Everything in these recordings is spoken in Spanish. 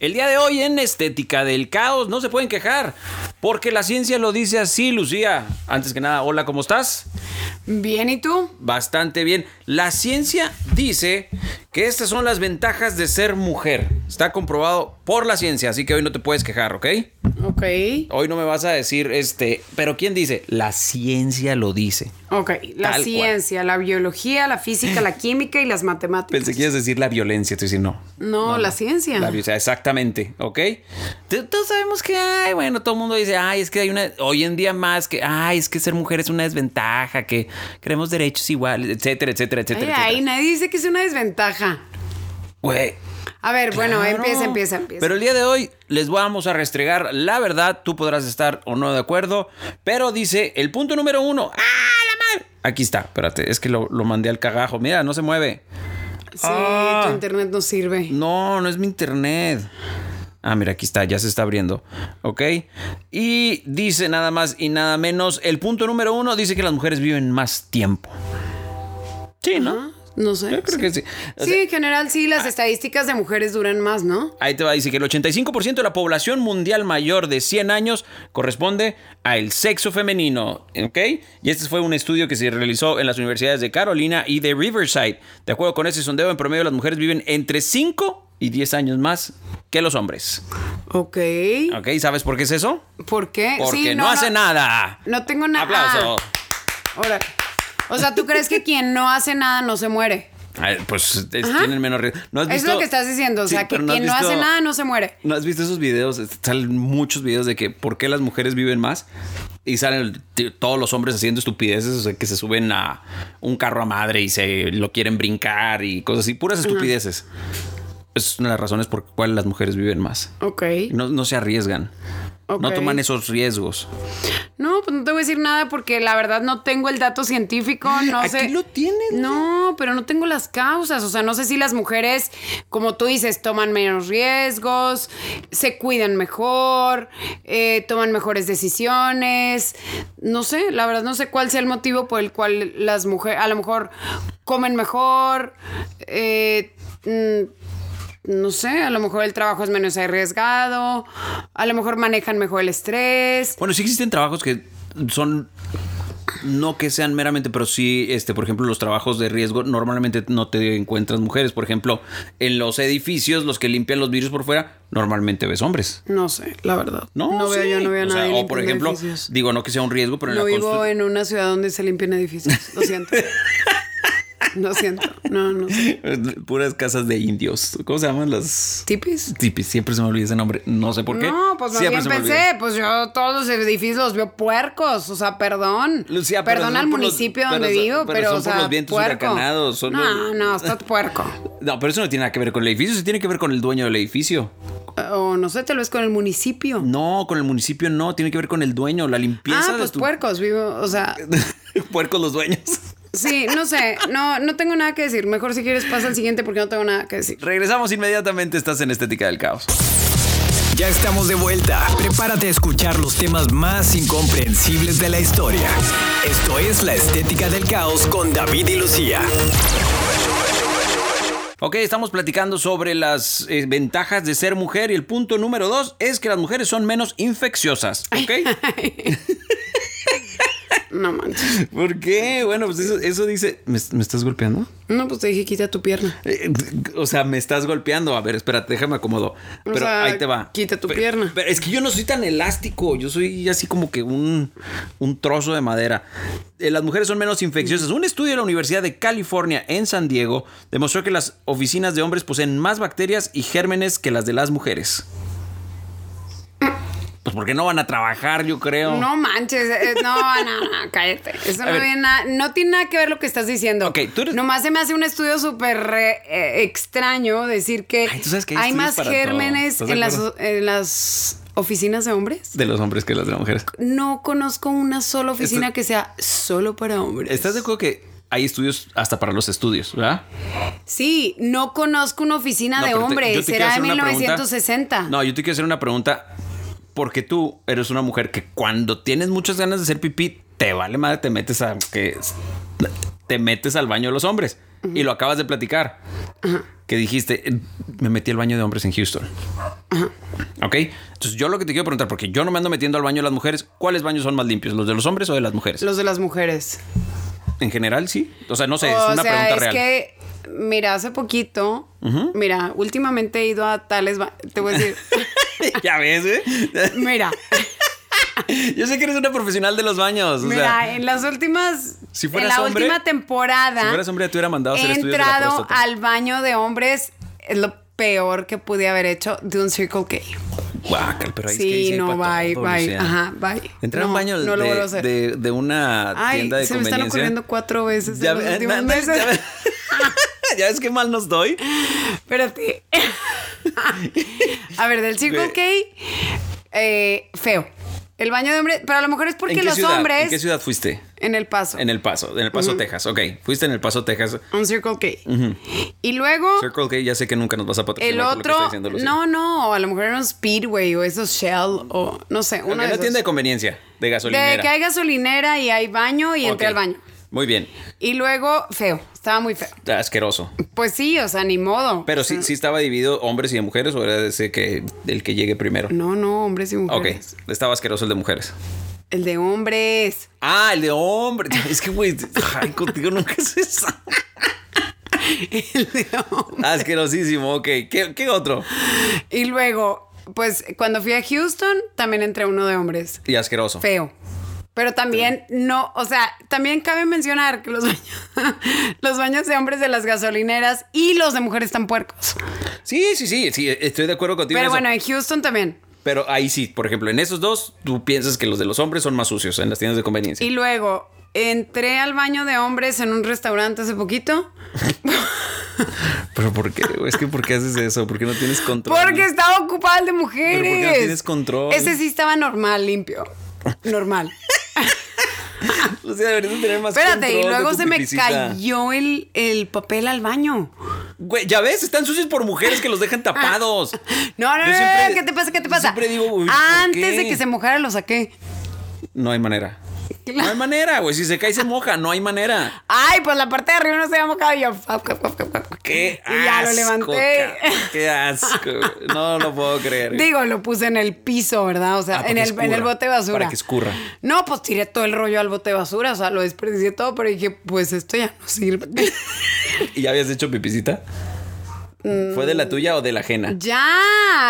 El día de hoy en Estética del Caos no se pueden quejar, porque la ciencia lo dice así, Lucía. Antes que nada, hola, ¿cómo estás? Bien, ¿y tú? Bastante bien. La ciencia dice que estas son las ventajas de ser mujer. Está comprobado por la ciencia, así que hoy no te puedes quejar, ¿ok? Ok. Hoy no me vas a decir, este, pero ¿quién dice? La ciencia lo dice. Ok. La Tal cual. ciencia, la biología, la física, la química y las matemáticas. Pensé que ibas a decir la violencia, estoy diciendo no. No, la ciencia. La vi- o sea, exactamente, ¿ok? T- Todos sabemos que, ay, bueno, todo el mundo dice, ay, es que hay una, hoy en día más que, ay, es que ser mujer es una desventaja, que queremos derechos iguales, etcétera, etcétera, Ay, etcétera. ay, etcétera. nadie dice que es una desventaja. Güey, A ver, bueno, claro. empieza, empieza, empieza. Pero el día de hoy les vamos a restregar la verdad, tú podrás estar o no de acuerdo, pero dice el punto número uno, ¡ah, la madre! Aquí está, espérate, es que lo, lo mandé al cagajo, mira, no se mueve. sí, Ah. tu internet no sirve. No, no es mi internet. Ah, mira, aquí está, ya se está abriendo. Ok. Y dice nada más y nada menos. El punto número uno dice que las mujeres viven más tiempo. Sí, ¿no? No sé. Yo creo sí. que sí. O Sí, sea, ah. en general sí, las estadísticas de mujeres duran más, ¿no? Ahí te va, dice que el 85% de la población mundial mayor de 100 años corresponde al sexo femenino, ¿ok? Y este fue un estudio que se realizó en las universidades de Carolina y de Riverside. De acuerdo con ese sondeo, en promedio las mujeres viven entre 5 y 10 años más que los hombres. Ok. Ok, ¿sabes por qué es eso? ¿Por qué? Ah. Porque Eh, Sí, no, hace nada. No tengo nada. Ah. Aplauso. Órale. O sea, ¿tú crees que quien no hace nada no se muere? Ay, pues es- Ajá. tienen menos riesgo. ¿No has Eso es visto- lo que estás diciendo, o Sí, sea, que pero has quien no hace visto- nada no se muere. ¿No has visto esos videos? Es- Salen muchos videos de que por qué las mujeres viven más y salen t- todos los hombres haciendo estupideces, o sea, que se suben a un carro a madre y se lo quieren brincar y cosas así, puras estupideces. Es una de las razones por cuál las mujeres viven más. Ok. No, no se arriesgan. No Ok. toman esos riesgos. No, pues no te voy a decir nada porque la verdad no tengo el dato científico, no Aquí sé. lo tienes, No, pero no tengo las causas, o sea, no sé si las mujeres, como tú dices, toman menos riesgos, se cuidan mejor, eh, toman mejores decisiones, no sé, la verdad no sé cuál sea el motivo por el cual las mujeres, a lo mejor comen mejor, eh, mm, no sé, a lo mejor el trabajo es menos arriesgado, a lo mejor manejan mejor el estrés. Bueno, sí existen trabajos que son. No que sean meramente, pero sí, este, por ejemplo, los trabajos de riesgo normalmente no te encuentras mujeres. Por ejemplo, en los edificios, los que limpian los vidrios por fuera, normalmente ves hombres. No sé, la verdad. No, veo Sí. yo, no veo a O sea, nadie O por limpiando ejemplo, edificios. digo, no que sea un riesgo, pero en No la vivo constru- en una ciudad donde se limpian edificios. Lo siento. Lo siento. No, no sé. puras casas de indios. ¿Cómo se llaman las ¿Tipis? tipis? Siempre se me olvida ese nombre. No sé por qué. No, pues más Siempre bien se me olvida. pensé, pues yo todos los edificios los veo puercos, o sea, perdón. Lucía, pero perdón son al por los- municipio pero donde son- vivo, pero pero, son o por sea, los vientos puerco. huracanados, son no, los- no, estás puerco. No, pero eso no tiene nada que ver con el edificio, eso tiene que ver con el dueño del edificio. O no sé, tal vez con el municipio. No, con el municipio no, tiene que ver con el dueño, la limpieza ah, de pues tu- puercos, vivo, o sea, Puercos los dueños. sí, no sé, no, no tengo nada que decir. Mejor si quieres pasa al siguiente porque no tengo nada que decir. Regresamos inmediatamente, estás en Estética del Caos. Ya estamos de vuelta. Prepárate a escuchar los temas más incomprensibles de la historia. Esto es La Estética del Caos con David y Lucía. Ok, estamos platicando sobre las eh, ventajas de ser mujer y el punto número dos es que las mujeres son menos infecciosas, ¿ok? No manches. ¿Por qué? Bueno, pues eso, eso dice... ¿Me, me estás golpeando? No, pues te dije quita tu pierna. Eh, o sea, me estás golpeando. A ver, espérate, déjame acomodo. Pero sea, ahí te va. quita tu Pe- pierna. Pero es que yo no soy tan elástico. Yo soy así como que un, un trozo de madera. Eh, las mujeres son menos infecciosas. Un estudio de la Universidad de California en San Diego demostró que las oficinas de hombres poseen más bacterias y gérmenes que las de las mujeres. pues porque no van a trabajar, yo creo. No manches, eh, no, no, no, cállate. Eso A no ver. tiene, nada, no tiene nada que ver lo que estás diciendo. Ok, tú eres- Nomás se me hace un estudio súper eh, extraño decir que, Ay, tú sabes que hay hay estudios más para gérmenes todo. ¿Estás de en las, acuerdo? en las oficinas de hombres. De los hombres que las de las mujeres. No conozco una sola oficina Estás- que sea solo para hombres. ¿Estás de acuerdo que hay estudios hasta para los estudios, verdad? Sí, no conozco una oficina No, de pero te- hombres. yo te quiero Será de hacer una pregunta. 1960. No, yo te quiero hacer una pregunta. Porque tú eres una mujer que cuando tienes muchas ganas de hacer pipí, te vale madre, te metes a que te metes al baño de los hombres. Y lo acabas de platicar. Que dijiste, eh, me metí al baño de hombres en Houston. ¿Ok? Entonces yo lo que te quiero preguntar, porque yo no me ando metiendo al baño de las mujeres, ¿cuáles baños son más limpios? ¿Los de los hombres o de las mujeres? Los de las mujeres. En general, sí. O sea, no sé, es o una sea, pregunta es real. que, mira, hace poquito, mira, últimamente he ido a tales. ba- Te voy a decir, ya ves, ¿eh? mira, Yo sé que eres una profesional de los baños. o mira, sea. en las últimas. Si en fueras la hombre- última temporada. si fueras hombre, te hubiera mandado a hacer He estudios de la entrado próstata. al baño de hombres, es lo peor que pude haber hecho de un Circle K. Guácala, pero ahí es que ahí Sí, hay no, pa' bye, todo, bye. Lucía. Ajá, bye. Entrar a No, un baño no lo vuelvo a de, hacer. de, de una Ay, tienda de se me están conveniencia. ocurriendo cuatro veces en los ve- últimos na- na- meses. ya ve- ya ves qué mal nos doy. Espérate. a ver, del Circle K, eh, feo. El baño de hombres, pero a lo mejor es ¿En porque qué los ciudad? hombres. ¿En qué ciudad fuiste? En el paso. En El Paso, en El Paso, Texas. Ok, fuiste en El Paso, Texas. Un Circle K. Y luego. Circle K, ya sé que nunca nos vas a patrocinar el por lo que está otro, diciendo Lucía. no, no, o a lo mejor era un Speedway o esos Shell o no sé, Ok, uno de una esos. tienda de conveniencia, de gasolinera. De que hay gasolinera y hay baño y entré Ok. al baño. Muy bien, Y luego, feo, estaba muy feo. asqueroso. Pues sí, o sea, ni modo. Pero sí, sí estaba dividido hombres y de mujeres o era ese que, del que llegue primero. No, no, hombres y Ok, mujeres. estaba asqueroso el de mujeres. El de hombres. Ah, el de hombre. Es que, güey, ay, contigo nunca se sabe. El de hombres. Asquerosísimo, ok. ¿Qué, qué otro? Y luego, pues cuando fui a Houston, también entré a uno de hombres. Y asqueroso. Feo. Pero también no, o sea, también cabe mencionar que los baños, los baños de hombres de las gasolineras y los de mujeres están puercos. Sí, sí, sí, sí, estoy de acuerdo contigo. en Pero eso. bueno, en Houston también. Pero ahí sí, por ejemplo, en esos dos, tú piensas que los de los hombres son más sucios en las tiendas de conveniencia. Y luego entré al baño de hombres en un restaurante hace poquito Pero ¿por qué? Es que ¿por qué haces eso? ¿Por qué no tienes control? porque estaba ocupado el de mujeres. Pero ¿por qué no tienes control? Ese sí estaba normal, limpio. Normal. O sea, deberías tener más Espérate, y control de luego tu se me pipicita. cayó el, el papel al baño. Güey, ya ves, están sucios por mujeres que los Ah. dejan tapados. No, no, Yo no, siempre- no, ¿qué te pasa? ¿Qué te yo pasa? siempre digo, uy, ¿por Antes qué? de que se mojara lo saqué. No hay manera. No hay manera, güey. Si se cae, se moja. No hay manera. Ay, pues la parte de arriba no se había mojado y yo. fap, fap, fap, fap, fap. Qué asco. Y ya lo levanté. cabrón, Qué asco. No lo puedo creer. Digo, lo puse en el piso, ¿verdad? O Ah, sea, para en, que el, en escurra, el bote de basura. para que escurra. No, pues tiré todo el rollo al bote de basura, o sea, lo desperdicié todo, pero dije, pues esto ya no sirve. ¿Y ya habías hecho pipicita? Mm. ¿Fue de la tuya o de la ajena? ya,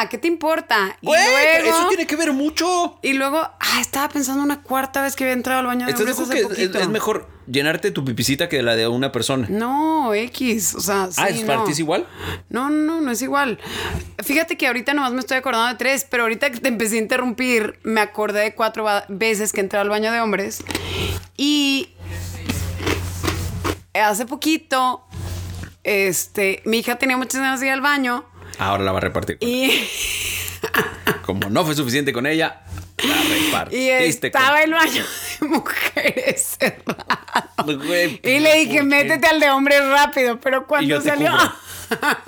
¿qué te importa? Güey, pero y luego, eso tiene que ver mucho. y luego, ah, estaba pensando una cuarta vez que había entrado al baño de ¿Estás de hombres acuerdo hace que es, poquito. es mejor llenarte tu pipicita que la de una persona? No, X, o sea, sí, ah, ¿es para no. ti es igual? No, no, no, no es igual. Fíjate que ahorita nomás me estoy acordando de tres, pero ahorita que te empecé a interrumpir, me acordé de cuatro va- veces que entré al baño de hombres. Y hace poquito, este, mi hija tenía muchas ganas de ir al baño Ahora la va a repartir. con- y, Como no fue suficiente con ella, la y repartiste. con- estaba el baño de mujeres cerrado. Güey, Y le dije, ¿por qué? métete al de hombres rápido, pero Y cuando yo te salió... cubro.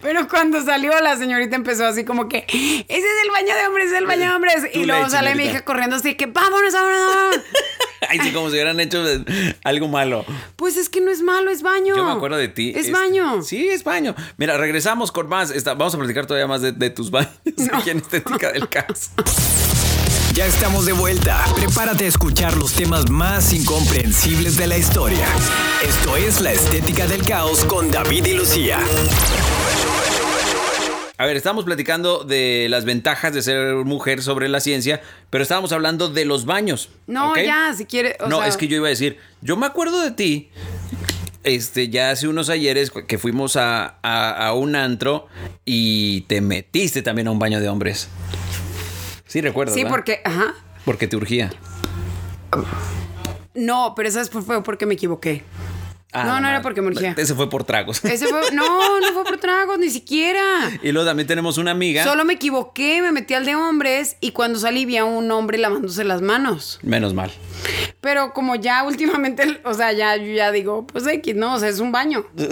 Pero cuando salió la señorita empezó así como que, ese es el baño de hombres, ese es el baño de hombres. Tú Y luego leche, sale mi señorita. hija corriendo así que, vámonos, vámonos, vámonos. Ay, sí, como si hubieran hecho eh, algo malo. Pues es que no es malo, es baño. Yo me acuerdo de ti. Es Este- baño. Sí, es baño. Mira, regresamos con más. Está- vamos a platicar todavía más de, de tus baños aquí en Estética del Caos. Ya estamos de vuelta. Prepárate a escuchar los temas más incomprensibles de la historia. Esto es La Estética del Caos con David y Lucía. A ver, estamos platicando de las ventajas de ser mujer sobre la ciencia, pero estábamos hablando de los baños. No, ¿ok? ya, si quiere. o no, sea, es que yo iba a decir, yo me acuerdo de ti. Este, ya hace unos ayeres que fuimos a, a- a un antro y te metiste también a un baño de hombres. Sí, recuerdas. Sí, ¿verdad? porque, ajá. Porque te urgía. No, pero esa fue porque me equivoqué. Ah, No, no madre. era porque me urgía. Ese fue por tragos. Ese fue, no, no fue por tragos, ni siquiera. y luego también tenemos una amiga. Solo me equivoqué, me metí al de hombres y cuando salí vi a un hombre lavándose las manos. Menos mal. Pero como ya últimamente, o sea, ya yo ya digo, pues X, no, o sea, es un baño.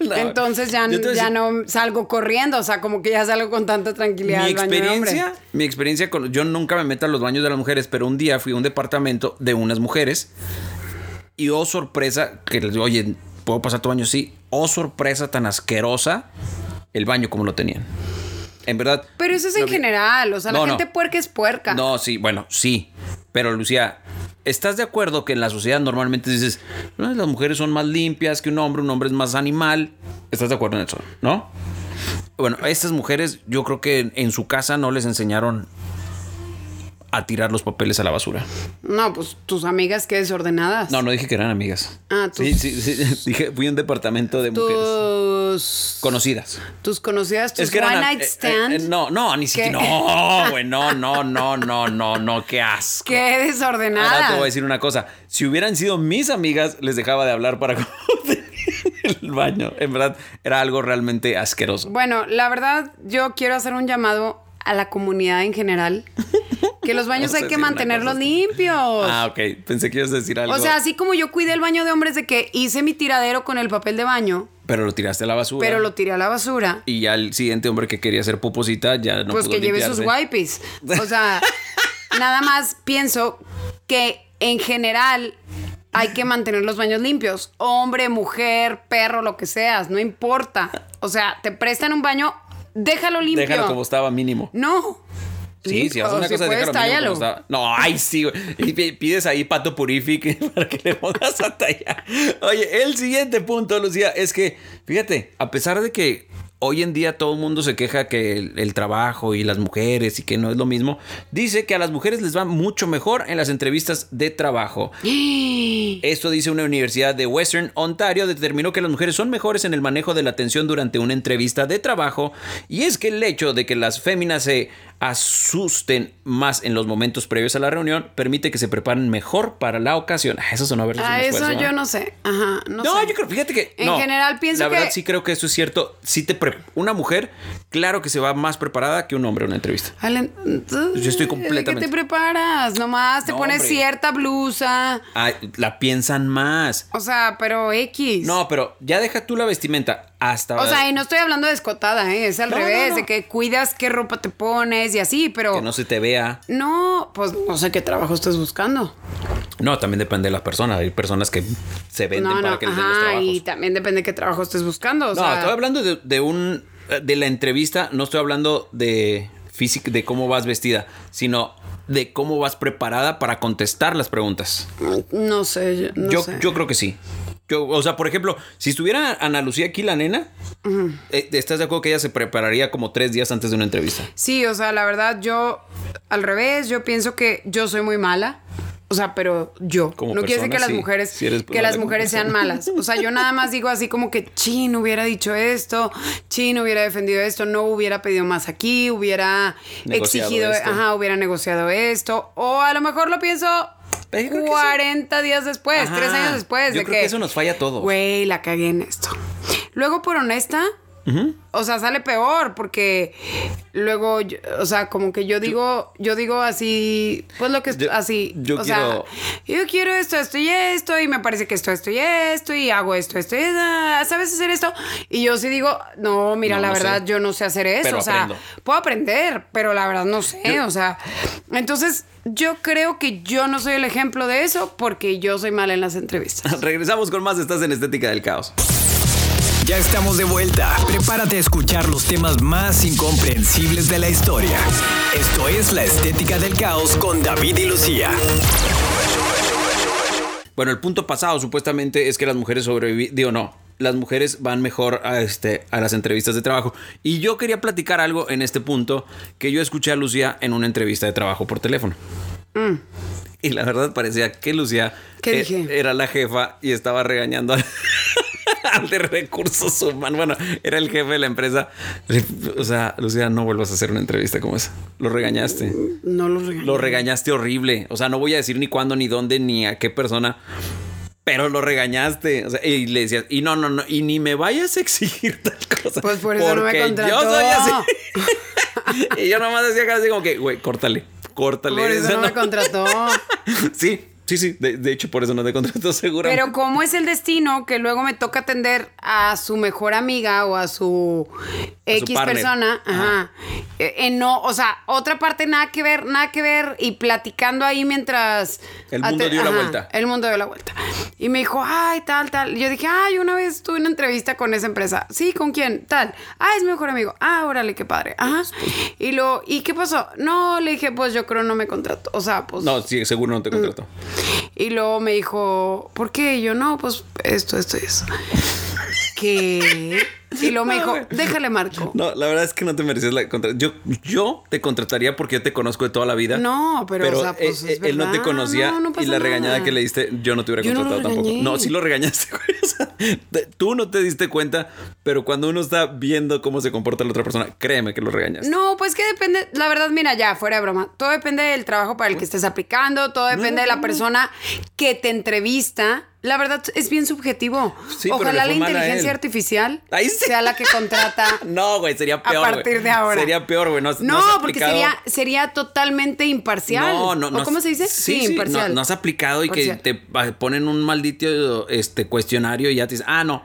No. Entonces ya, Yo te voy a ya decir, no salgo corriendo, o sea, como que ya salgo con tanta tranquilidad Mi al baño de experiencia, hombres. mi experiencia con. Yo nunca me meto a los baños de las mujeres, pero un día fui a un departamento de unas mujeres y oh sorpresa, que les digo, oye, ¿puedo pasar tu baño? Sí. Oh sorpresa tan asquerosa el baño como lo tenían. En verdad. Pero eso es en lo vi- general, o sea, No, la no. gente puerca es puerca. No, sí, bueno, sí. Pero Lucía, ¿estás de acuerdo que en la sociedad normalmente dices, "No, las mujeres son más limpias que un hombre, un hombre es más animal? ¿Estás de acuerdo en eso? ¿No? Bueno, a estas mujeres yo creo que en, en su casa no les enseñaron a tirar los papeles a la basura. No, pues tus amigas qué desordenadas. No, no dije que eran amigas. Ah, tus- sí, sí, sí. Dije, fui a un departamento de mujeres Tus, conocidas. tus conocidas, tus one eran- night eh, eh, stand. eh, no, no, ni siquiera. No, güey, no, no, no, no, no, no, qué asco. Qué Ahora te desordenadas. voy a decir una cosa. Si hubieran sido mis amigas, les dejaba de hablar para el baño. En verdad, era algo realmente asqueroso. Bueno, la verdad, yo quiero hacer un llamado a la comunidad en general. Que los baños No sé hay si que una mantenerlos cosa- limpios. Ah, ok. Pensé que ibas a decir algo. o sea, así como yo cuidé el baño de hombres de que hice mi tiradero con el papel de baño, pero lo tiraste a la basura. pero lo tiré a la basura, Y ya el siguiente hombre que quería hacer puposita ya no pues pudo que lleve sus limpiarse. wipes. O sea, nada más pienso que en general hay que mantener los baños limpios. Hombre, mujer, perro, lo que seas, no importa. O sea, te prestan un baño, déjalo limpio. Déjalo como estaba mínimo. No. Sí, si haces O una cosa, puedes, déjalo mínimo como tállalo. estaba. No, ay, sí, güey. Y pi- pides ahí pato purifique para que le pongas a tallar. Oye, el siguiente punto, Lucía, es que, fíjate, a pesar de que hoy en día todo el mundo se queja que el, el trabajo y las mujeres y que no es lo mismo, dice que a las mujeres les va mucho mejor en las entrevistas de trabajo. Esto dice una universidad de Western Ontario determinó que las mujeres son mejores en el manejo de la atención durante una entrevista de trabajo y es que el hecho de que las féminas se asusten más en los momentos previos a la reunión permite que se preparen mejor para la ocasión. Ah, Eso sonó a ver si es un Ah, eso esfuerzo, yo ¿eh? no sé. Ajá, no, No, sé. yo creo, fíjate que En no. general pienso la verdad que- sí creo que eso es cierto. Sí te pre- una mujer claro que se va más preparada que un hombre a una entrevista. Alan, tú- Pues Yo estoy ¿De qué completamente- te preparas? Nomás te No, pones hombre. cierta blusa. Ah, la piensan más. O sea, pero X. No, pero ya deja tú la vestimenta hasta O sea, y no estoy hablando de escotada, ¿eh? es al No, no, revés, no. de que cuidas qué ropa te pones y así, pero. que no se te vea. No, pues no sé qué trabajo estás buscando. No, también depende de las personas. Hay personas que se venden no, para no, que les den los ajá, trabajos. y también depende de qué trabajo estés buscando. no, O sea, estoy hablando de, de un eh, de la entrevista, no estoy hablando de física, de cómo vas vestida, sino de cómo vas preparada para contestar las preguntas. no sé, yo- no yo, sé. yo creo que sí. Yo, o sea, por ejemplo, si estuviera Ana Lucía aquí, la nena, eh, ¿estás de acuerdo que ella se prepararía como tres días antes de una entrevista? Sí, o sea, la verdad, yo al revés, yo pienso que yo soy muy mala. O sea, pero yo. Como no quiere decir persona, que las sí. mujeres, Sí eres que las mala como mujeres sean persona. malas. O sea, yo nada más digo así como que chin hubiera dicho esto, chin hubiera defendido esto, no hubiera pedido más aquí, hubiera Negociado exigido, esto. ajá, hubiera negociado esto. O a lo mejor lo pienso. Pero yo creo que eso- 40 días después, Ajá. tres años después. Yo de creo que eso nos falla a todos. Güey, la cagué en esto. Luego, por honesta, o sea, sale peor porque luego, yo- o sea, como que yo digo, yo digo así, pues lo que es- Yo- así, yo o quiero- sea, yo quiero esto, esto y esto y me parece que esto, esto y esto y hago esto, esto y ah, sabes hacer esto y yo sí digo, no, mira, No, la no sé. verdad yo no sé hacer eso, Pero o sea, aprendo. puedo aprender, pero la verdad no sé, o sea, entonces yo creo que yo no soy el ejemplo de eso porque yo soy mala en las entrevistas. Regresamos con más. Estás en Estética del Caos. Ya estamos de vuelta. Prepárate a escuchar los temas más incomprensibles de la historia. Esto es La Estética del Caos con David y Lucía. Bueno, el punto pasado supuestamente es que las mujeres sobreviven, digo no, las mujeres van mejor a, este, a las entrevistas de trabajo. Y yo quería platicar algo en este punto que yo escuché a Lucía en una entrevista de trabajo por teléfono. Y la verdad parecía que Lucía Mm. ¿Qué e- dije? era la jefa y estaba regañando a, al de recursos humanos. Bueno, era el jefe de la empresa. O sea, Lucía, no vuelvas a hacer una entrevista como esa. Lo regañaste. No lo regañé. Lo regañaste horrible. O sea, no voy a decir ni cuándo, ni dónde, ni a qué persona. Pero lo regañaste. O sea, y le decías, y no, no, no, y ni me vayas a exigir tal cosa. Pues por eso no me porque contrató. Yo soy así. y yo nomás decía casi como que, güey, córtale, córtale. Por O sea, eso no me no- contrató. Sí, sí, sí. De, de hecho, por eso no te contrató seguramente. Pero cómo es el destino que luego me toca atender a su mejor amiga o a su X partner. Ah. persona, ajá. Eh, eh, no, o sea, otra parte nada que ver, nada que ver y platicando ahí mientras El mundo ate- dio la vuelta. El mundo dio la vuelta. Y me dijo, "Ay, tal, tal." Yo dije, "Ay, una vez tuve una entrevista con esa empresa." "Sí, ¿con quién?" "Tal." "Ah, es mi mejor amigo." "Ah, órale, qué padre." Ajá. Pues, Y lo ¿y qué pasó? No, le dije, "Pues yo creo no me contrató." O sea, pues No, sí, seguro no te contrató. y luego me dijo, ¿por qué? Y yo, no, pues esto, esto y eso. ¿Qué? Y luego me dijo, déjale marco. No, la verdad es que no te mereces la contra- Yo, yo te contrataría porque yo te conozco de toda la vida. No, pero, o sea, pues, él, es él no te verdad. conocía No, no y pasa la nada. regañada que le diste, yo no te hubiera Yo no lo contratado tampoco. regañé. No, sí lo regañaste, güey. O sea, te- tú no te diste cuenta, pero cuando uno está viendo cómo se comporta la otra persona, créeme que lo regañas. No, pues que depende, la verdad, mira, ya, fuera de broma, todo depende del trabajo para el Pues, que estés aplicando, todo depende de la persona que te entrevista. La verdad es bien subjetivo. Sí, pero Ojalá le la fue mal a él. inteligencia artificial Ahí sí. sea la que contrata No, güey, sería a peor. güey. partir de ahora. Sería peor, güey. No, has- no No, has porque aplicado- sería, sería totalmente imparcial. No, no, ¿O no. has- ¿Cómo se dice? Sí, sí, imparcial. No, no has aplicado y Parcial. que te pa- ponen un maldito este, cuestionario y ya te dicen, ah, no,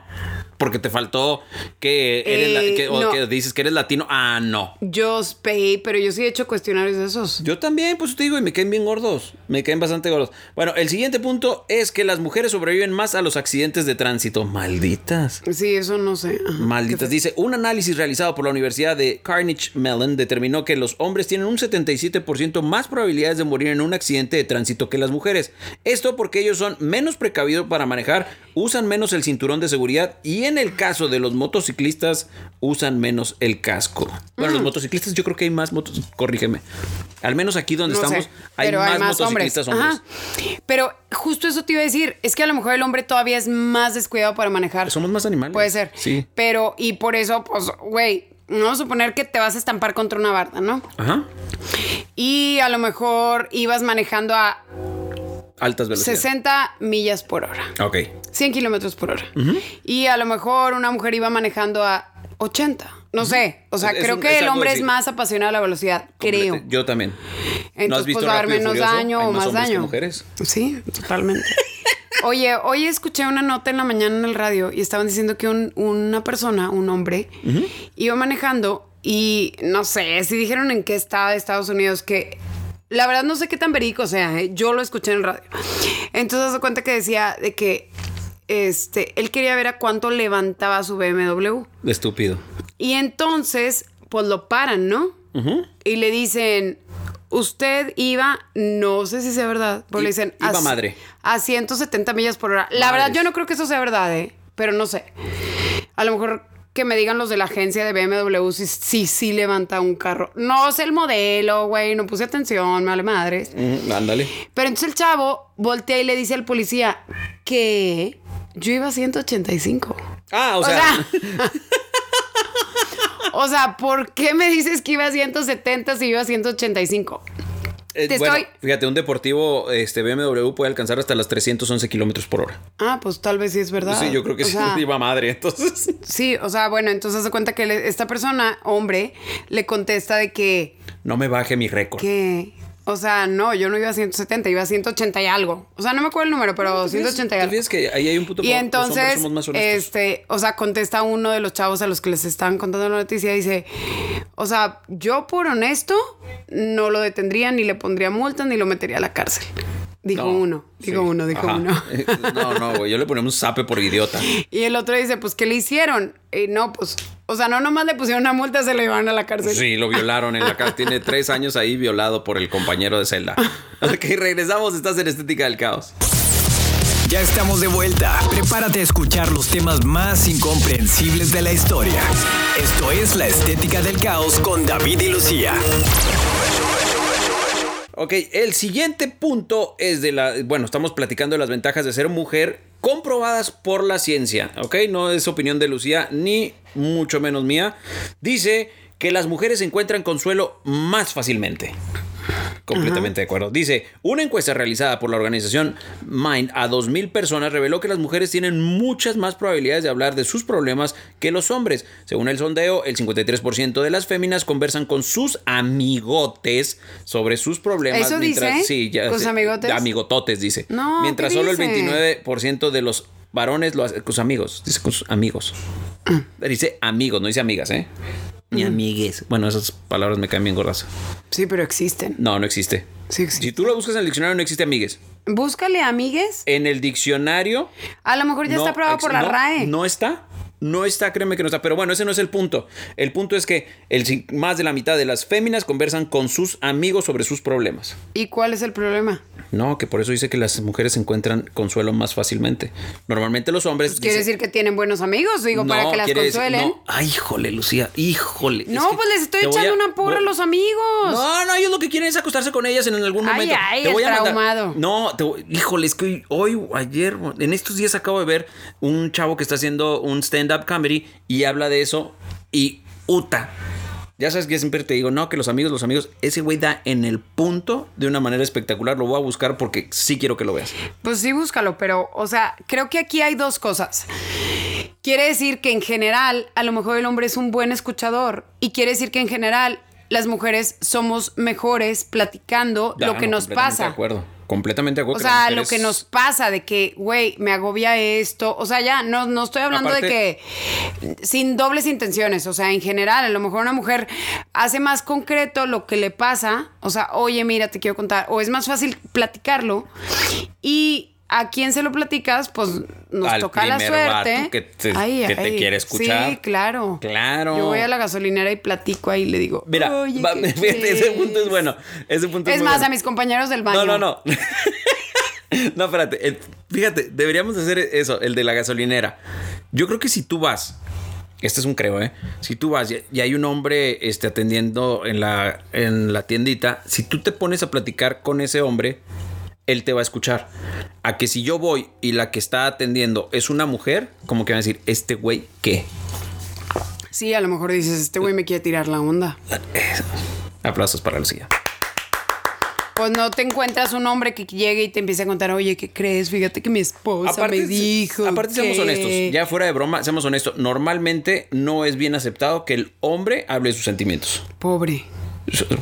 porque te faltó que, eres la- Eh, que- o no. que dices que eres latino. Ah, no. Yo pegué, pero yo sí he hecho cuestionarios de esos. Yo también, pues te digo, y me caen bien gordos. Me caen bastante gordos. Bueno, el siguiente punto es que las mujeres sobreviven más a los accidentes de tránsito. Malditas. Sí, eso no sé. Ajá. Malditas. Dice, un análisis realizado por la Universidad de Carnegie Mellon determinó que los hombres tienen un 77% más probabilidades de morir en un accidente de tránsito que las mujeres. Esto porque ellos son menos precavidos para manejar, usan menos el cinturón de seguridad y en el caso de los motociclistas usan menos el casco. Bueno, Mm. los motociclistas yo creo que hay más motos, corrígeme. Al menos aquí donde No estamos sé, hay, pero más motociclistas hombres. Ajá. Pero justo eso te iba a decir, es que a lo mejor el hombre todavía es más descuidado para manejar. Somos más animales. Puede ser. Sí. Pero, y por eso, pues, güey, vamos a suponer que te vas a estampar contra una barda, ¿no? Ajá. Y a lo mejor ibas manejando a Altas velocidades. 60 millas por hora, Ok. 100 kilómetros por hora. Y a lo mejor una mujer iba manejando a 80. No sé, o sea, Es- es creo un- es que el algo hombre así. es más apasionado a la velocidad, creo. Yo también. ¿No has Entonces, visto pues va a haber Rápido y menos Furioso? daño Hay o más hombres que daño. mujeres. Sí, totalmente. Oye, hoy escuché una nota en la mañana en el radio y estaban diciendo que un- una persona, un hombre, iba manejando y no sé si dijeron en qué estado de Estados Unidos que. La verdad no sé qué tan verídico sea, ¿eh? yo lo escuché en el radio. Entonces se cuenta que decía de que este, él quería ver a cuánto levantaba su BMW. Estúpido. Y entonces, pues lo paran, ¿no? Y le dicen, usted iba, no sé si sea verdad, pero I- le dicen... iba a- madre. A 170 millas por hora. La Madres. verdad, yo no creo que eso sea verdad, ¿eh? Pero no sé. A lo mejor que me digan los de la agencia de BMW si sí, sí levanta un carro. No sé el modelo, güey, no puse atención, me vale madres. Ujú, Mm, Ándale. Pero entonces el chavo voltea y le dice al policía que yo iba a 185. Ah, o, O sea, sea, o sea, ¿por qué me dices que iba a 170 si iba a 185? eh, te bueno, estoy- fíjate, un deportivo este BMW puede alcanzar hasta las 311 kilómetros por hora. Ah, pues tal vez sí es verdad. Sí, yo creo que O sí, sea, iba madre, entonces. Sí, o sea, bueno, entonces se cuenta que le- esta persona, hombre, le contesta de que, No me baje mi récord. que, o sea, no, yo no iba a 170, iba a 180 y algo. O sea, no me acuerdo el número, pero 180 y ¿Te algo. fijas que ahí hay un punto Y por- los hombres entonces, somos más honestos. este, o sea, contesta uno de los chavos a los que les estaban contando la noticia, dice, o sea, yo por honesto no lo detendría, ni le pondría multa, ni lo metería a la cárcel. Dijo No, uno, dijo sí, uno, dijo ajá. uno. No, no, güey, yo le ponemos un zape por idiota. Y el otro dice, pues, ¿qué le hicieron? Y no, pues, o sea, no nomás le pusieron una multa, se lo llevaron a la cárcel. Sí, lo violaron en la casa. Tiene tres años ahí violado por el compañero de celda. Ok, regresamos. Estás en Estética del Caos. Ya estamos de vuelta. Prepárate a escuchar los temas más incomprensibles de la historia. Esto es La Estética del Caos con David y Lucía. Ok, el siguiente punto es de la. Bueno, estamos platicando de las ventajas de ser mujer comprobadas por la ciencia, ¿ok? No es opinión de Lucía, ni mucho menos mía. Dice que las mujeres encuentran consuelo más fácilmente. Completamente de acuerdo. Dice, una encuesta realizada por la organización Mind a 2.000 personas reveló que las mujeres tienen muchas más probabilidades de hablar de sus problemas que los hombres. Según el sondeo, el 53% de las féminas conversan con sus amigotes sobre sus problemas. ¿Eso dice? Sí, ya ¿Con sé. sus amigotes? Amigototes, dice. No, Mientras ¿qué solo dice? el 29% de los varones lo hacen con sus amigos. Dice con sus amigos. Dice amigos, no dice amigas, ¿eh? Ni amigues. Bueno, esas palabras me caen bien gordas. Sí, pero existen. No, no existe. Sí existen. Si tú lo buscas en el diccionario, no existe amigues. Búscale amigues. En el diccionario. A lo mejor ya no está aprobado ex- por la no- RAE. No está. No está, créeme que no está. Pero bueno, ese no es el punto. El punto es que el, cin- más de la mitad de las féminas conversan con sus amigos sobre sus problemas. ¿Y cuál es el problema? No, que por eso dice que las mujeres encuentran consuelo más fácilmente. Normalmente los hombres. Pues Quiere dicen- decir que tienen buenos amigos, digo, Pues para No, que las quiere decir- consuelen. no. Ay, híjole, Lucía, híjole. Es No, que pues les estoy te voy echando a- una porra a voy- los amigos. No, no, ellos lo que quieren es acostarse con ellas en algún Ay, momento. ay, Te voy el a mandar- traumado. No, te voy- híjole, es que hoy- hoy, o ayer, en estos días acabo de ver un chavo que está haciendo un stand-up comedy y habla de eso y uta. Ya sabes que siempre te digo, no, que los amigos, los amigos, ese güey da en el punto de una manera espectacular. Lo voy a buscar porque sí quiero que lo veas. Pues sí, búscalo, pero, o sea, creo que aquí hay dos cosas. Quiere decir que en general, a lo mejor el hombre es un buen escuchador y quiere decir que en general las mujeres somos mejores platicando Ya, lo que no, nos completamente pasa. De acuerdo, completamente de acuerdo. O que las sea, lo mujeres- que nos pasa de que, güey, me agobia esto. O sea, ya, no, no estoy hablando Aparte- de que sin dobles intenciones. O sea, en general, a lo mejor una mujer hace más concreto lo que le pasa. O sea, oye, mira, te quiero contar. O es más fácil platicarlo. Y a quién se lo platicas, pues nos Al toca la primer vato suerte. que te- que te quiere escuchar. Sí, claro. Claro. Yo voy a la gasolinera y platico ahí y le digo, Mira, oye, va- ¿qué fíjate, ese punto es crees? bueno. Ese punto es, Es muy más, bueno. a mis compañeros del baño. No, no, no. no, espérate. el- fíjate, deberíamos hacer eso, el de la gasolinera. Yo creo que si tú vas, este es un creo, ¿eh? Si tú vas y, y hay un hombre este, atendiendo en la, en la tiendita, si tú te pones a platicar con ese hombre, él te va a escuchar. A que si yo voy y la que está atendiendo es una mujer, como que van a decir, este güey, ¿qué? Sí, a lo mejor dices, este güey me quiere tirar la onda. Aplausos para Lucía. Pues no te encuentras un hombre que llegue y te empiece a contar, oye, ¿qué crees? Fíjate que mi esposa me se- dijo. aparte seamos que-". honestos, ya fuera de broma, seamos honestos, normalmente no es bien aceptado que el hombre hable de sus sentimientos. Pobre.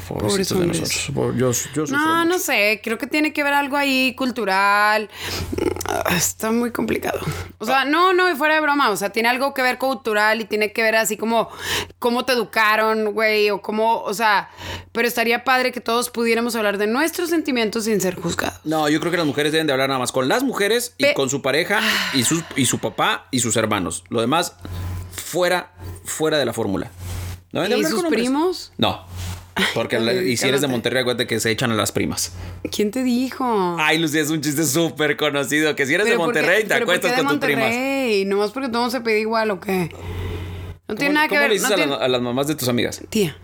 Pobrecitos de hombres. nosotros. Pobre- Yo, yo sufro No, mucho. no sé, creo que tiene que ver algo ahí cultural. Ah, Está muy complicado. O sea, no, no, y fuera de broma, o sea, tiene algo que ver cultural y tiene que ver así como cómo te educaron, güey, o cómo, o sea, pero estaría padre que todos pudiéramos hablar de nuestros sentimientos sin ser juzgados. No, yo creo que las mujeres deben de hablar nada más con las mujeres y Pe- con su pareja y, sus, y su papá y sus hermanos. Lo demás, fuera, fuera de la fórmula. No deben de ¿Y hablar sus con hombres. primos? No. Porque no, la- y si eres de cálmate. Monterrey, acuérdate que se echan a las primas. ¿Quién te dijo? Ay, Lucía, es un chiste súper conocido. Que si eres de ¿por qué- Monterrey, te pero por qué acuestas de con tus primas. Monterrey? ¿Nomás porque todo se pide igual o qué? No tiene nada que ¿Cómo ver. le dices no a la- Mm. tiene- a las mamás de tus amigas? Tía.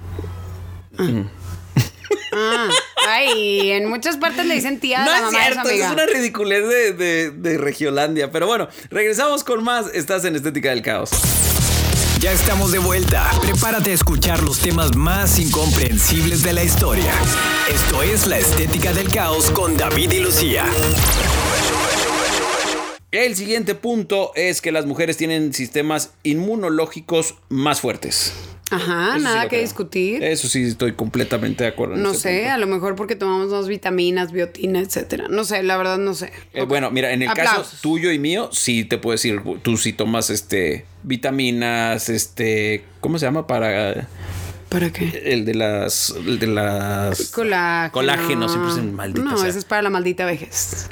Ah. Ah, Ay, en muchas partes le dicen tía a la No es mamá cierto, de su eso es amiga. una ridiculez de, de- de Regiolandia. Pero bueno, regresamos con más. Estás en Estética del Caos. Ya estamos de vuelta. Prepárate a escuchar los temas más incomprensibles de la historia. Esto es La Estética del Caos con David y Lucía. El siguiente punto es que las mujeres tienen sistemas inmunológicos más fuertes. Ajá, Eso sí Ah, nada lo que creo. Eh, discutir. Eso sí, estoy completamente de acuerdo. en no ese sé, punto. a lo mejor porque tomamos más vitaminas, biotina, etcétera. No sé, la verdad no sé. Eh, Ok. Bueno, mira, en el caso Aplausos. tuyo y mío, sí te puedo decir, tú sí tomas este vitaminas, este, ¿cómo se llama? Para ¿Para qué? el de las, el de las Colágeno. colágeno, siempre es maldita. No, sea. eso es para la maldita vejez.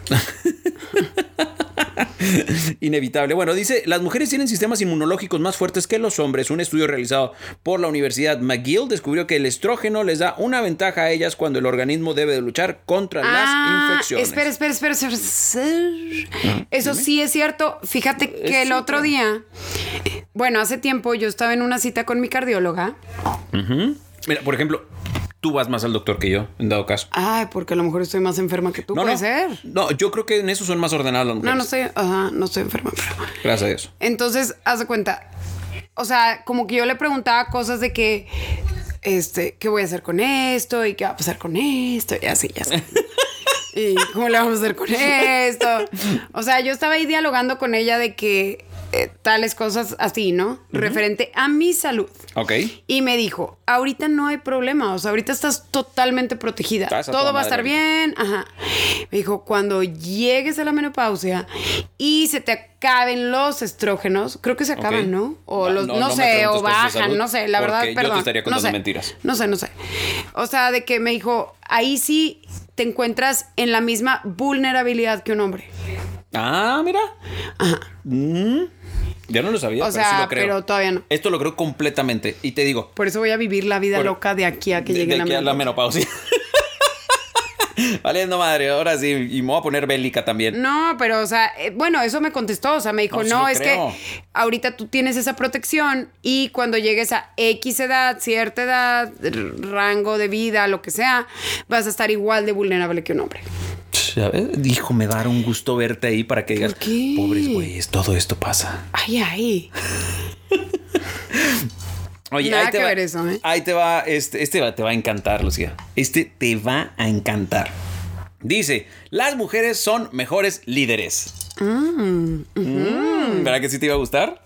Inevitable. Bueno, dice, las mujeres tienen sistemas inmunológicos más fuertes que los hombres. Un estudio realizado por la Universidad McGill descubrió que el estrógeno les da una ventaja a ellas cuando el organismo debe de luchar contra las infecciones. Ah, Ah, Espera, espera, espera, espera, espera. Eso sí es cierto. Fíjate que el sí, otro claro. día, bueno, hace tiempo yo estaba en una cita con mi cardióloga. Mira, por ejemplo, tú vas más al doctor que yo, en dado caso. Ay, porque a lo mejor estoy más enferma que tú, No, puede no. ser. No, yo creo que en eso son más ordenadas las mujeres. No, no estoy, ajá, no estoy enferma, pero. Gracias a Dios. Entonces, haz de cuenta. O sea, como que yo le preguntaba cosas de que, este, ¿qué voy a hacer con esto? ¿Y qué va a pasar con esto? Y así, ya sé. ¿Y cómo le vamos a hacer con esto? O sea, yo estaba ahí dialogando con ella de que eh, tales cosas así, ¿no? Referente a mi salud. Ok. Y me dijo, ahorita no hay problema, o sea, ahorita estás totalmente protegida, Estás a toda todo va a estar madre bien, ajá. Me dijo, cuando llegues a la menopausia y se te acaben los estrógenos, creo que se acaban, Ok. ¿no? O No, los, no, no, no me sé, preguntes o cosas de bajan, salud, no sé, la verdad, porque yo te perdón. estaría no contando sé, mentiras. No sé, no sé. O sea, de que me dijo, ahí sí te encuentras en la misma vulnerabilidad que un hombre. Ah, mira. Ajá. Mm. Ya no lo sabía, O pero sea, sí lo creo. pero todavía no. Esto lo creo completamente. Y te digo, Por eso voy a vivir la vida Por- loca de aquí a que llegue de la aquí a la menopausia. menopausia. Valiendo madre, ahora sí. Y me voy a poner bélica también. No, pero, o sea, eh, bueno, eso me contestó. O sea, me dijo, No, sí no, lo es creo. que ahorita tú tienes esa protección y cuando llegues a X edad, cierta edad, r- rango de vida, lo que sea, vas a estar igual de vulnerable que un hombre. ¿Sabes? Hijo, me dará un gusto verte ahí para que digas, qué? pobres güeyes, todo esto pasa. Ay, ay. Oye, ahí Nada te que va. ver eso, ¿eh? Ahí te va, este, este va- te va a encantar, Lucía. Este te va a encantar. Dice, las mujeres son mejores líderes. Mm, ¿Verdad que sí te iba a gustar?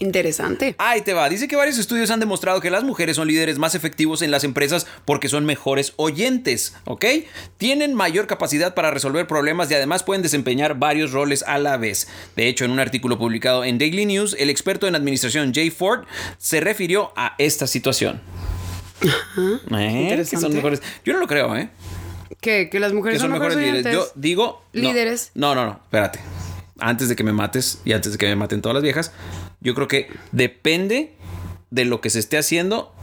Interesante. Ahí te va. Dice que varios estudios han demostrado que las mujeres son líderes más efectivos en las empresas porque son mejores oyentes, ¿ok? Tienen mayor capacidad para resolver problemas y además pueden desempeñar varios roles a la vez. De hecho, en un artículo publicado en Daily News, el experto en administración Jay Ford se refirió a esta situación. ¿Eh? Que son interesante. mejores. Yo no lo creo, ¿eh? ¿Qué? ¿Que las mujeres Que son mejores líderes. Yo oyentes? digo. no. Líderes. No, no, no. Espérate. Antes de que me mates y antes de que me maten todas las viejas, yo creo que depende de lo que se esté haciendo,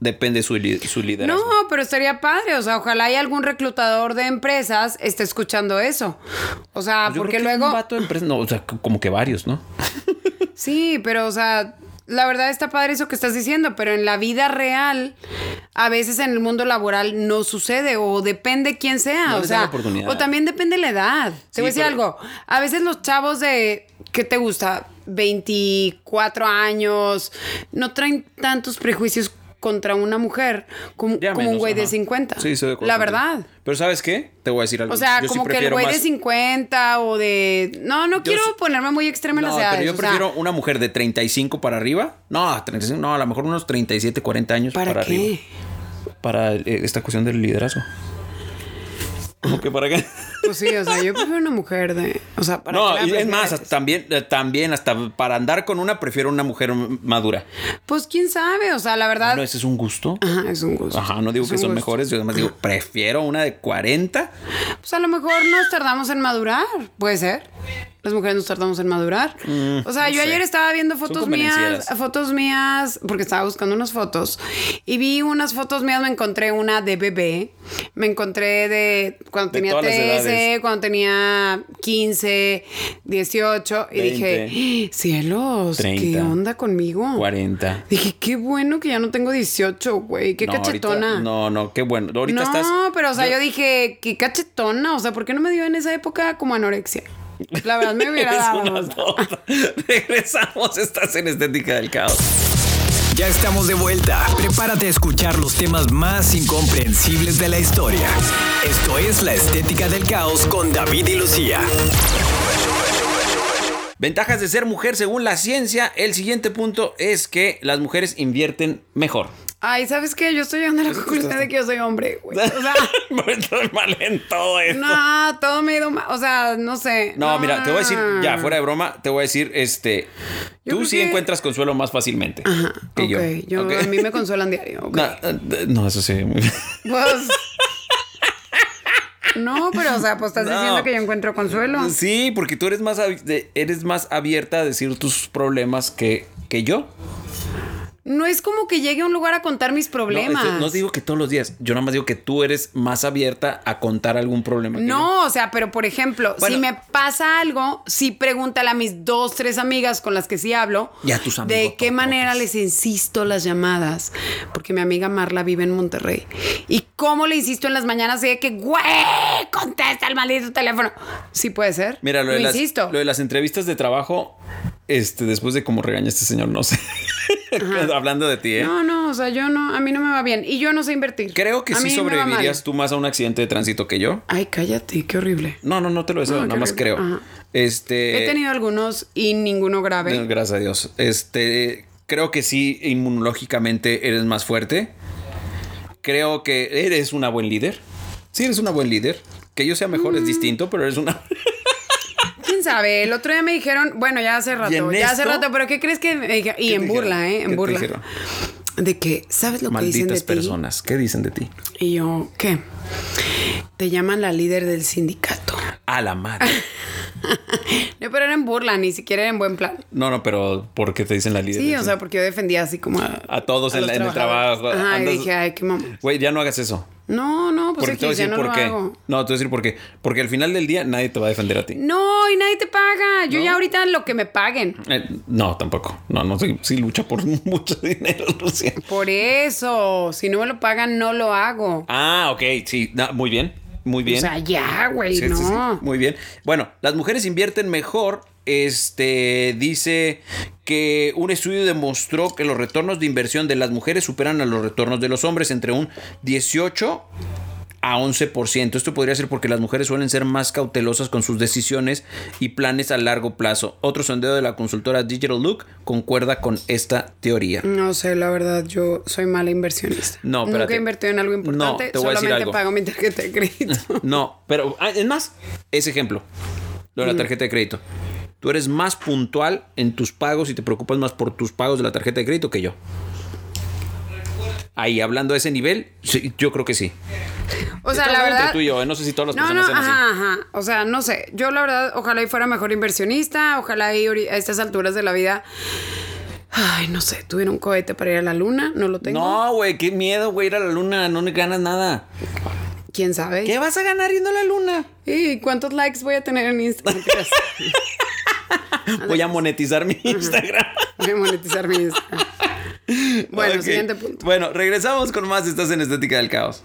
depende su, li- su No, liderazgo. Pues pero estaría padre. O sea, ojalá hay algún reclutador de empresas esté escuchando eso. O sea, Pues yo porque creo que un luego. vato de empresa- no, o sea, c- como que varios, ¿no? Sí, pero o sea, la verdad está padre eso que estás diciendo, pero en la vida real, a veces en el mundo laboral no sucede o depende quién sea, No o les dan la sea, oportunidad. o también depende la edad. Sí, te voy a decir pero- algo, a veces los chavos de ¿qué te gusta? 24 años no traen tantos prejuicios contra una mujer como, Ya como un menos, güey de ajá. 50. Sí, estoy de acuerdo La contigo. verdad. Pero ¿sabes qué? Te voy a decir algo. O sea, Yo sí como que el prefiero güey de más- 50 o de... No, no Yo quiero sí- ponerme muy extrema en No, las edades. pero yo o sea, prefiero una mujer de 35 para arriba. No, 35, no, a lo mejor unos 37, 40 años para, ¿Para, qué? arriba. Para eh, esta cuestión del liderazgo. ¿Cómo que para qué? Pues sí, o sea, yo prefiero una mujer de. O sea, para. no, que la y es prefieres? más, hasta- también, eh, también hasta para andar con una prefiero una mujer m- madura. Pues quién sabe, o sea, la verdad. No, ese es un gusto. Ajá, es un gusto. Ajá, no digo Ah. Es que un son gusto. mejores, yo además digo, prefiero una de 40. Pues a lo mejor nos tardamos en madurar, puede ser. Las mujeres nos tardamos en madurar. o sea, Mm, no yo sé. ayer estaba viendo Son fotos mías, convenencieras. fotos mías, porque estaba buscando unas fotos y vi unas fotos mías, me encontré una de bebé, me encontré de cuando De tenía todas las 13, edades. cuando tenía 15, 18 y 20. dije, ¡Ah! cielos, ¿qué 30, onda conmigo? 40. Dije, qué bueno que ya no tengo 18, güey. Qué No, ahorita- cachetona. no, no, no, qué bueno. Ahorita estás. pero o sea, yo, dije, qué cachetona. O sea, ¿por qué no me dio en esa época como anorexia? La verdad me hubiera Eres dado. una o sea. sola. Regresamos, estás en Estética del Caos. Ya estamos de vuelta. Prepárate a escuchar los temas más incomprensibles de la historia. Esto es La Estética del Caos con David y Lucía. Ventajas de ser mujer según la ciencia. El siguiente punto es que las mujeres invierten mejor. Ay, ¿sabes qué? Yo estoy llegando a la conclusión de que yo soy hombre, güey. O sea, Me estoy mal en todo esto. no, todo me ha ido mal. O sea, no sé. Ah. No, mira, te voy a decir, ya no. fuera de broma, te voy a decir, este, Yo tú creo sí que- encuentras consuelo más fácilmente que Ok, yo, yo. Ok. a mí me consuelan diario. ok. No, eh, no, eso sí. muy bien. Pues. No, pero o sea, pues estás No. diciendo que yo encuentro consuelo. Sí, porque tú eres más, ab- de- eres más abierta a decir tus problemas que, que yo. No es como que llegue a un lugar a contar mis problemas. No, este, no digo que todos los días. Yo nada más digo que tú eres más abierta a contar algún problema. que yo. No, o sea, pero por ejemplo, Bueno. si me pasa algo, sí pregúntale a mis dos, tres amigas con las que sí hablo. Y a tus De qué amigotototes. manera les insisto las llamadas. Porque mi amiga Marla vive en Monterrey. Y cómo le insisto en las mañanas de que, güey, contesta el maldito teléfono. Sí puede ser. Mira, lo, de las, insisto. lo de las entrevistas de trabajo, este, después de cómo regaña este señor, no sé. Hablando de ti, ¿eh? No, no, o sea, yo no, a mí no me va bien. Y yo no sé invertir. Creo que A sí mí me va mal. sobrevivirías tú más a un accidente de tránsito que yo. Ay, cállate, qué horrible. No, no, no te lo deseo, No, nada qué más horrible. creo. Ajá. Este. He tenido algunos y ninguno grave. no, Gracias a Dios. Este. Creo que sí, inmunológicamente eres más fuerte. Creo que eres una buen líder. Sí, eres una buen líder. Que yo sea mejor es Mm. distinto, pero eres una. ¿Quién sabe? El otro día me dijeron, bueno, ya hace rato, ¿Y ya en hace esto? rato, pero ¿qué crees que me dijeron? Y ¿Qué en te burla, dijeron? ¿eh? ¿Qué te En burla. dijeron? De que, ¿sabes lo que dicen de Malditas ti? personas. ¿Qué dicen de ti? Y yo, ¿qué? Te llaman la líder del sindicato. A la madre. No, pero era en burla, ni siquiera era en buen plan. No, no, pero ¿por qué te dicen la líder? Sí, o sea, porque yo defendía así como a, A todos en los la- en el trabajadores. trabajo. Ajá, Andas- y dije, ay, qué mamá. Güey, ya no hagas eso. No, no, pues Porque es te voy que a decir ya no por lo qué. hago. No, te voy a decir por qué. Porque al final del día nadie te va a defender a ti. No, y nadie te paga. Yo ¿No? ya ahorita lo que me paguen. Eh, no, tampoco. No, no, sí, sí lucha por mucho dinero, Lucía. Por eso, si no me lo pagan, no lo hago. Ah, ok, sí. No, muy bien, muy bien. O sea, ya, güey, Sí, sí, no. sí, Muy bien. Bueno, las mujeres invierten mejor. Este dice que un estudio demostró que los retornos de inversión de las mujeres superan a los retornos de los hombres entre un 18 a 11%. Esto podría ser porque las mujeres suelen ser más cautelosas con sus decisiones y planes a largo plazo. Otro sondeo de la consultora Digital Look concuerda con esta teoría. No sé, la verdad, yo soy mala inversionista. No, Nunca espérate. he invertido en algo No, importante. te voy a solamente decir algo. pago mi tarjeta de crédito. No, pero ah, es más, ese ejemplo, lo de la tarjeta de crédito. Tú eres más puntual en tus pagos y te preocupas más por tus pagos de la tarjeta de crédito que yo. Ahí, hablando a ese nivel, sí, yo creo que sí. O sea, Estoy la hablando verdad. Entre tú y yo, ¿eh? no sé si todas las No, no, personas sean ajá, así. ajá. O sea, no sé. Yo, la verdad, ojalá y fuera mejor inversionista. Ojalá y ori- a estas alturas de la vida. Ay, no sé. Tuviera un cohete para ir a la luna. No lo tengo. No, güey, qué miedo, güey, ir a la luna, no ganas nada. ¿Quién sabe? ¿Qué vas a ganar yendo a la luna? ¿Y cuántos likes voy a tener en Instagram? Voy a monetizar mi Instagram. Voy a monetizar mi Instagram. Bueno, Ok. siguiente punto. Bueno, regresamos con más. Estás en Estética del Caos.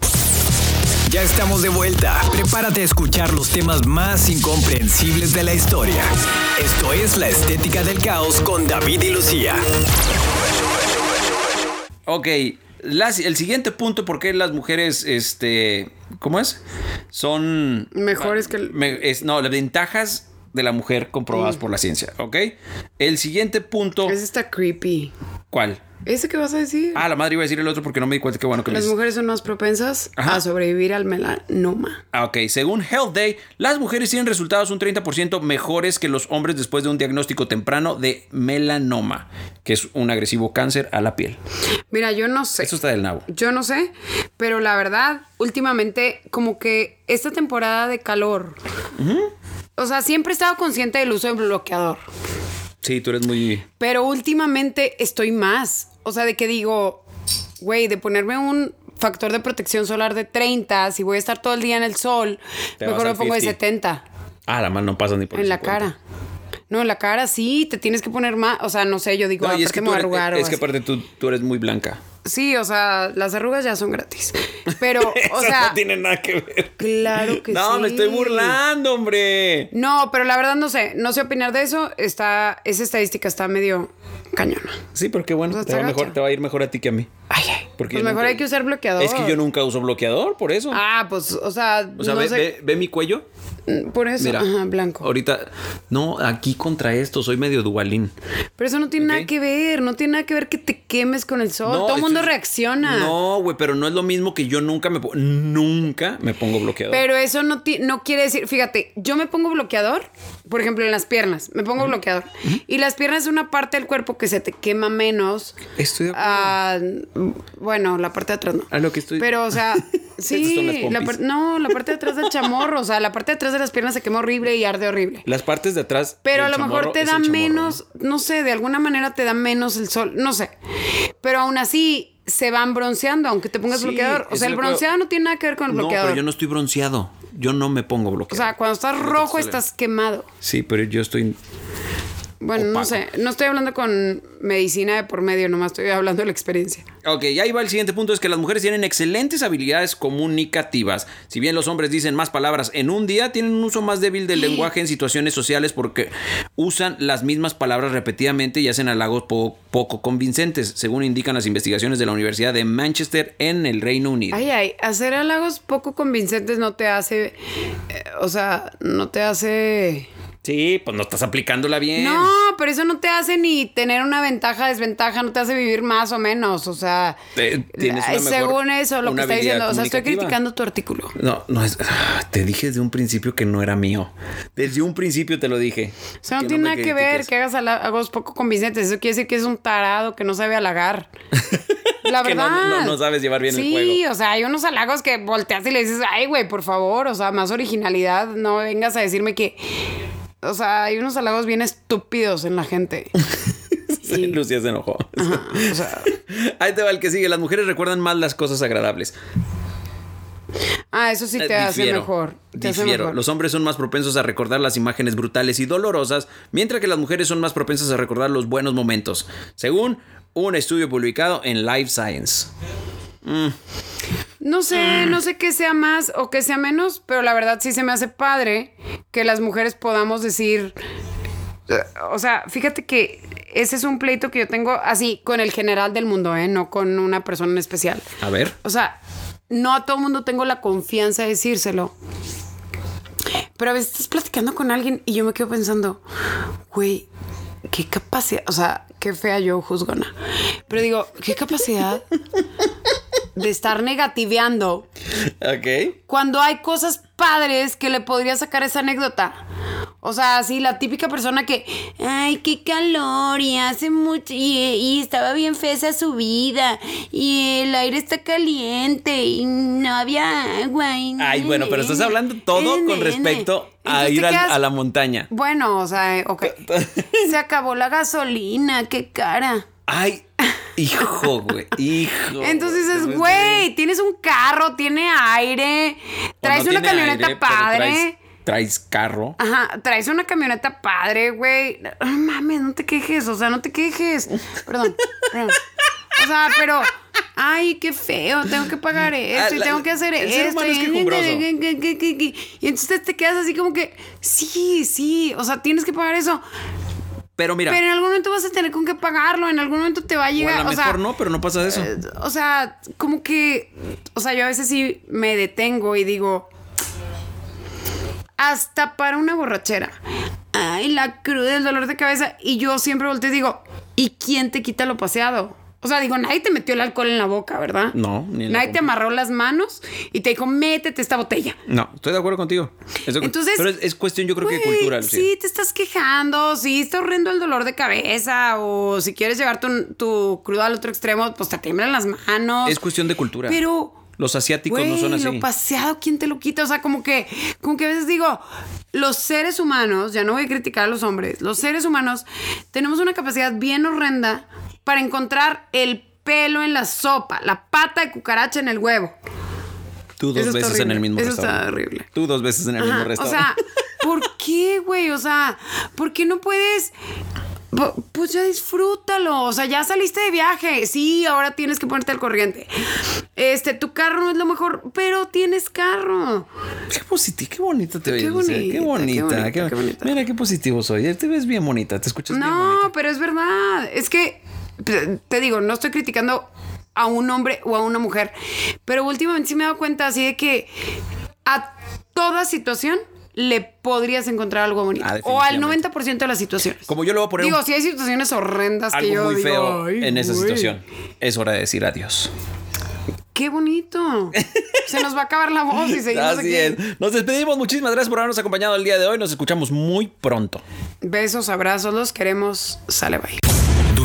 Ya estamos de vuelta. Prepárate a escuchar los temas más incomprensibles de la historia. Esto es La Estética del Caos con David y Lucía. Ok, las- el siguiente punto, ¿por qué las mujeres, este, ¿cómo es? Son... Mejores que el- me- es- no, las ventajas de la mujer Mm. comprobadas por la ciencia, ¿ok? El siguiente punto, Ese está creepy. ¿cuál? ¿Ese que vas a decir? Ah, la madre iba a decir el otro porque no me di cuenta, qué bueno que lo Las dices. mujeres son más propensas Ajá. a sobrevivir al melanoma. Ah, Ok, según Health Day, las mujeres tienen resultados un 30% mejores que los hombres después de un diagnóstico temprano de melanoma, que es un agresivo cáncer a la piel. Mira, yo no sé. Eso está del nabo. Yo no sé, pero la verdad, últimamente, como que esta temporada de calor. O sea, siempre he estado consciente del uso del bloqueador, Sí, tú eres muy... pero últimamente estoy más. O sea, de que digo, güey, de ponerme un factor de protección solar de 30, si voy a estar todo el día en el sol, Te vas mejor me al pongo de 50. 70. Ah, la mano no pasa ni por en el la 50. cara. No, en la cara sí, te tienes que poner más. O sea, no sé, yo digo, No, y aparte es que, me tú voy a eres, eh, arrugar. o es que así. aparte tú, tú eres muy blanca. Sí, o sea, las arrugas ya son gratis. Pero, o Eso sea, no tiene nada que ver. claro que no, sí. me estoy burlando, hombre. No, pero la verdad no sé, no sé opinar de eso. Está, esa estadística está medio cañona. Sí, pero qué bueno. Pues te, va está mejor, gacha. te va a ir mejor a ti que a mí. Ay, ay. Porque pues yo mejor nunca- hay que usar bloqueador. Es que yo nunca uso bloqueador, por eso. Ah, pues, o sea, o sea, no ve, sé. Mm, ve- ve mi cuello. Por eso, Mira. ajá, blanco. Ahorita. No, aquí contra esto, soy medio dualín. Pero eso no tiene Ok. nada que ver, no tiene nada que ver que te quemes con el sol. No, Todo el esto mundo es- reacciona. No, güey, pero no es lo mismo que yo nunca me pongo. Nunca me pongo bloqueador. Pero eso no, ti- no quiere decir, fíjate, yo me pongo bloqueador, por ejemplo, en las piernas, me pongo bloqueador. Y las piernas es una parte del cuerpo que se te quema menos. Estoy de acuerdo. Ah, bueno, la parte de atrás no. A lo que estoy- Pero, o sea, Estas son las Sí, la pompis. par- no, la parte de atrás del chamorro, o sea, la parte de atrás de las piernas se quema horrible y arde horrible. Las partes de atrás. Pero a del lo mejor chamorro te es el da chamorro, menos, no sé, de alguna manera te da menos el sol, no sé. Pero aún así se van bronceando, aunque te pongas Sí, bloqueador. O es sea, el lo que- bronceado no tiene nada que ver con el No, bloqueador. pero yo no estoy bronceado. Yo no me pongo O bloqueador. sea, cuando estás rojo estás quemado. Sí, pero yo estoy. Bueno, no Opaco. sé, no estoy hablando con medicina de por medio, nomás estoy hablando de la experiencia. Ok, y ahí va el siguiente punto, es que las mujeres tienen excelentes habilidades comunicativas. Si bien los hombres dicen más palabras en un día, tienen un uso más débil del lenguaje en situaciones sociales porque usan las mismas palabras repetidamente y hacen halagos po- poco convincentes, según indican las investigaciones de la Universidad de Manchester en el Reino Unido. Ay, ay, hacer halagos poco convincentes no te hace, eh, o sea, no te hace... Sí, pues no estás aplicándola bien. No, pero eso no te hace ni tener una ventaja, desventaja, no te hace vivir más o menos, o sea, Te- tienes una ay, mejor- según eso, lo una que está habilidad diciendo, o sea, estoy comunicativa. criticando tu artículo. No, no es. ah, Te dije desde un principio que no era mío. Desde un principio te lo dije. O sea, no Que tiene me nada que ver critiques. que hagas halagos poco convincentes, eso quiere decir que es un tarado que no sabe halagar. La Que no- verdad. no- no sabes llevar bien el Sí, juego. o sea, hay unos halagos que volteas y le dices, ay, güey, por favor, o sea, más originalidad, no vengas a decirme que. O sea, hay unos halagos bien estúpidos en la gente. Sí, Lucía se enojó. Ah. O sea, Ahí te va el que sigue. Las mujeres recuerdan más las cosas agradables. ah, eso sí te Eh, hace difiero, mejor. Te hace difiero. mejor. Los hombres son más propensos a recordar las imágenes brutales y dolorosas, mientras que las mujeres son más propensas a recordar los buenos momentos, según un estudio publicado en Life Science. No Mm. sé, no sé qué sea más o qué sea menos, pero la verdad sí se me hace padre que las mujeres podamos decir. eh, O sea, fíjate que ese es un pleito que yo tengo así con el general del mundo, ¿eh? No con una persona en especial. A ver. O sea, no a todo mundo tengo la confianza de decírselo. Pero a veces estás platicando con alguien y yo me quedo pensando, güey, qué capacidad, o sea, qué fea yo juzgona. Pero digo, qué capacidad de estar negativeando Ok. cuando hay cosas padres que le podría sacar esa anécdota. O sea, así la típica persona que, ay, qué calor y hace mucho y, y estaba bien fea esa subida y el aire está caliente y no había agua. y no- Ay, bueno, pero estás hablando todo con respecto a Entonces ir te al- quedas- a la montaña. Bueno, o sea, eh, ok. Se acabó la gasolina, qué cara. Ay, hijo, güey. Hijo. pues, Entonces güey, dices, te güey, tienes un carro, tiene aire, O no traes una tiene camioneta aire, pero padre. Traes, traes carro. Ajá, traes una camioneta padre, güey. No mames, no te quejes, o sea, no te quejes. Perdón, perdón. O sea, pero. Ay, qué feo, tengo que pagar esto y Ah, la- tengo que hacer el ser esto. humano es quejumbroso. Y y entonces te quedas así como que, sí, sí, o sea, tienes que pagar eso. Pero mira, Pero en algún momento vas a tener con qué pagarlo, en algún momento te va a o llegar. a lo o sea, mejor no, pero no pasa de eso. eh, o sea, como que, o sea, yo a veces sí me detengo y digo, hasta para una borrachera. Ay, la cruda, el dolor de cabeza. Y yo siempre volteo y digo, ¿y quién te quita lo paseado? O sea, digo, nadie te metió el alcohol en la boca, ¿verdad? No, ni en la Nadie te compu- amarró las manos y te dijo, métete esta botella. No, estoy de acuerdo contigo. Es de acu- Entonces, pero es, es cuestión, yo creo que Güey, cultural. Sí, te estás quejando, sí, está horrendo el dolor de cabeza, o si quieres llevar tu, tu cruda al otro extremo, pues te tiemblan las manos. Es cuestión de cultura. Pero. Los asiáticos no son güey, así. Lo paseado, ¿quién te lo quita? O sea, como que, como que a veces digo, los seres humanos, ya no voy a criticar a los hombres, los seres humanos tenemos una capacidad bien horrenda para encontrar el pelo en la sopa, la pata de cucaracha en el huevo. Tú dos Eso está veces en el horrible. mismo Eso está restaurante. horrible. Tú dos veces en el mismo Ajá, restaurante. O sea, ¿por qué, güey? O sea, ¿por qué no puedes? Pu- Pues ya disfrútalo. O sea, ya saliste de viaje. Sí, ahora tienes que ponerte al corriente. Este, tu carro no es lo mejor, pero tienes carro. Qué positivo, qué bonita te oyes. Qué Lucía, qué bonita, bonita, qué bonita, qué- qué bonita. Mira qué positivo soy. eh, Te ves bien bonita, te escuchas bien bonita. No, pero es verdad. Es que, p- te digo, no estoy criticando a un hombre o a una mujer, pero últimamente sí me he dado cuenta así de que a toda situación le podrías encontrar algo bonito. Ah, o al definitivamente. 90% de las situaciones. Como yo le voy a poner Digo, un- si hay situaciones horrendas pues que yo algo muy digo, feo "Ay, en esa güey, situación. Es hora de decir adiós. Qué bonito. Se nos va a acabar la voz y Así seguimos aquí. es. Nos despedimos. Muchísimas gracias por habernos acompañado el día de hoy. Nos escuchamos muy pronto. Besos, abrazos, los queremos. Sale bye.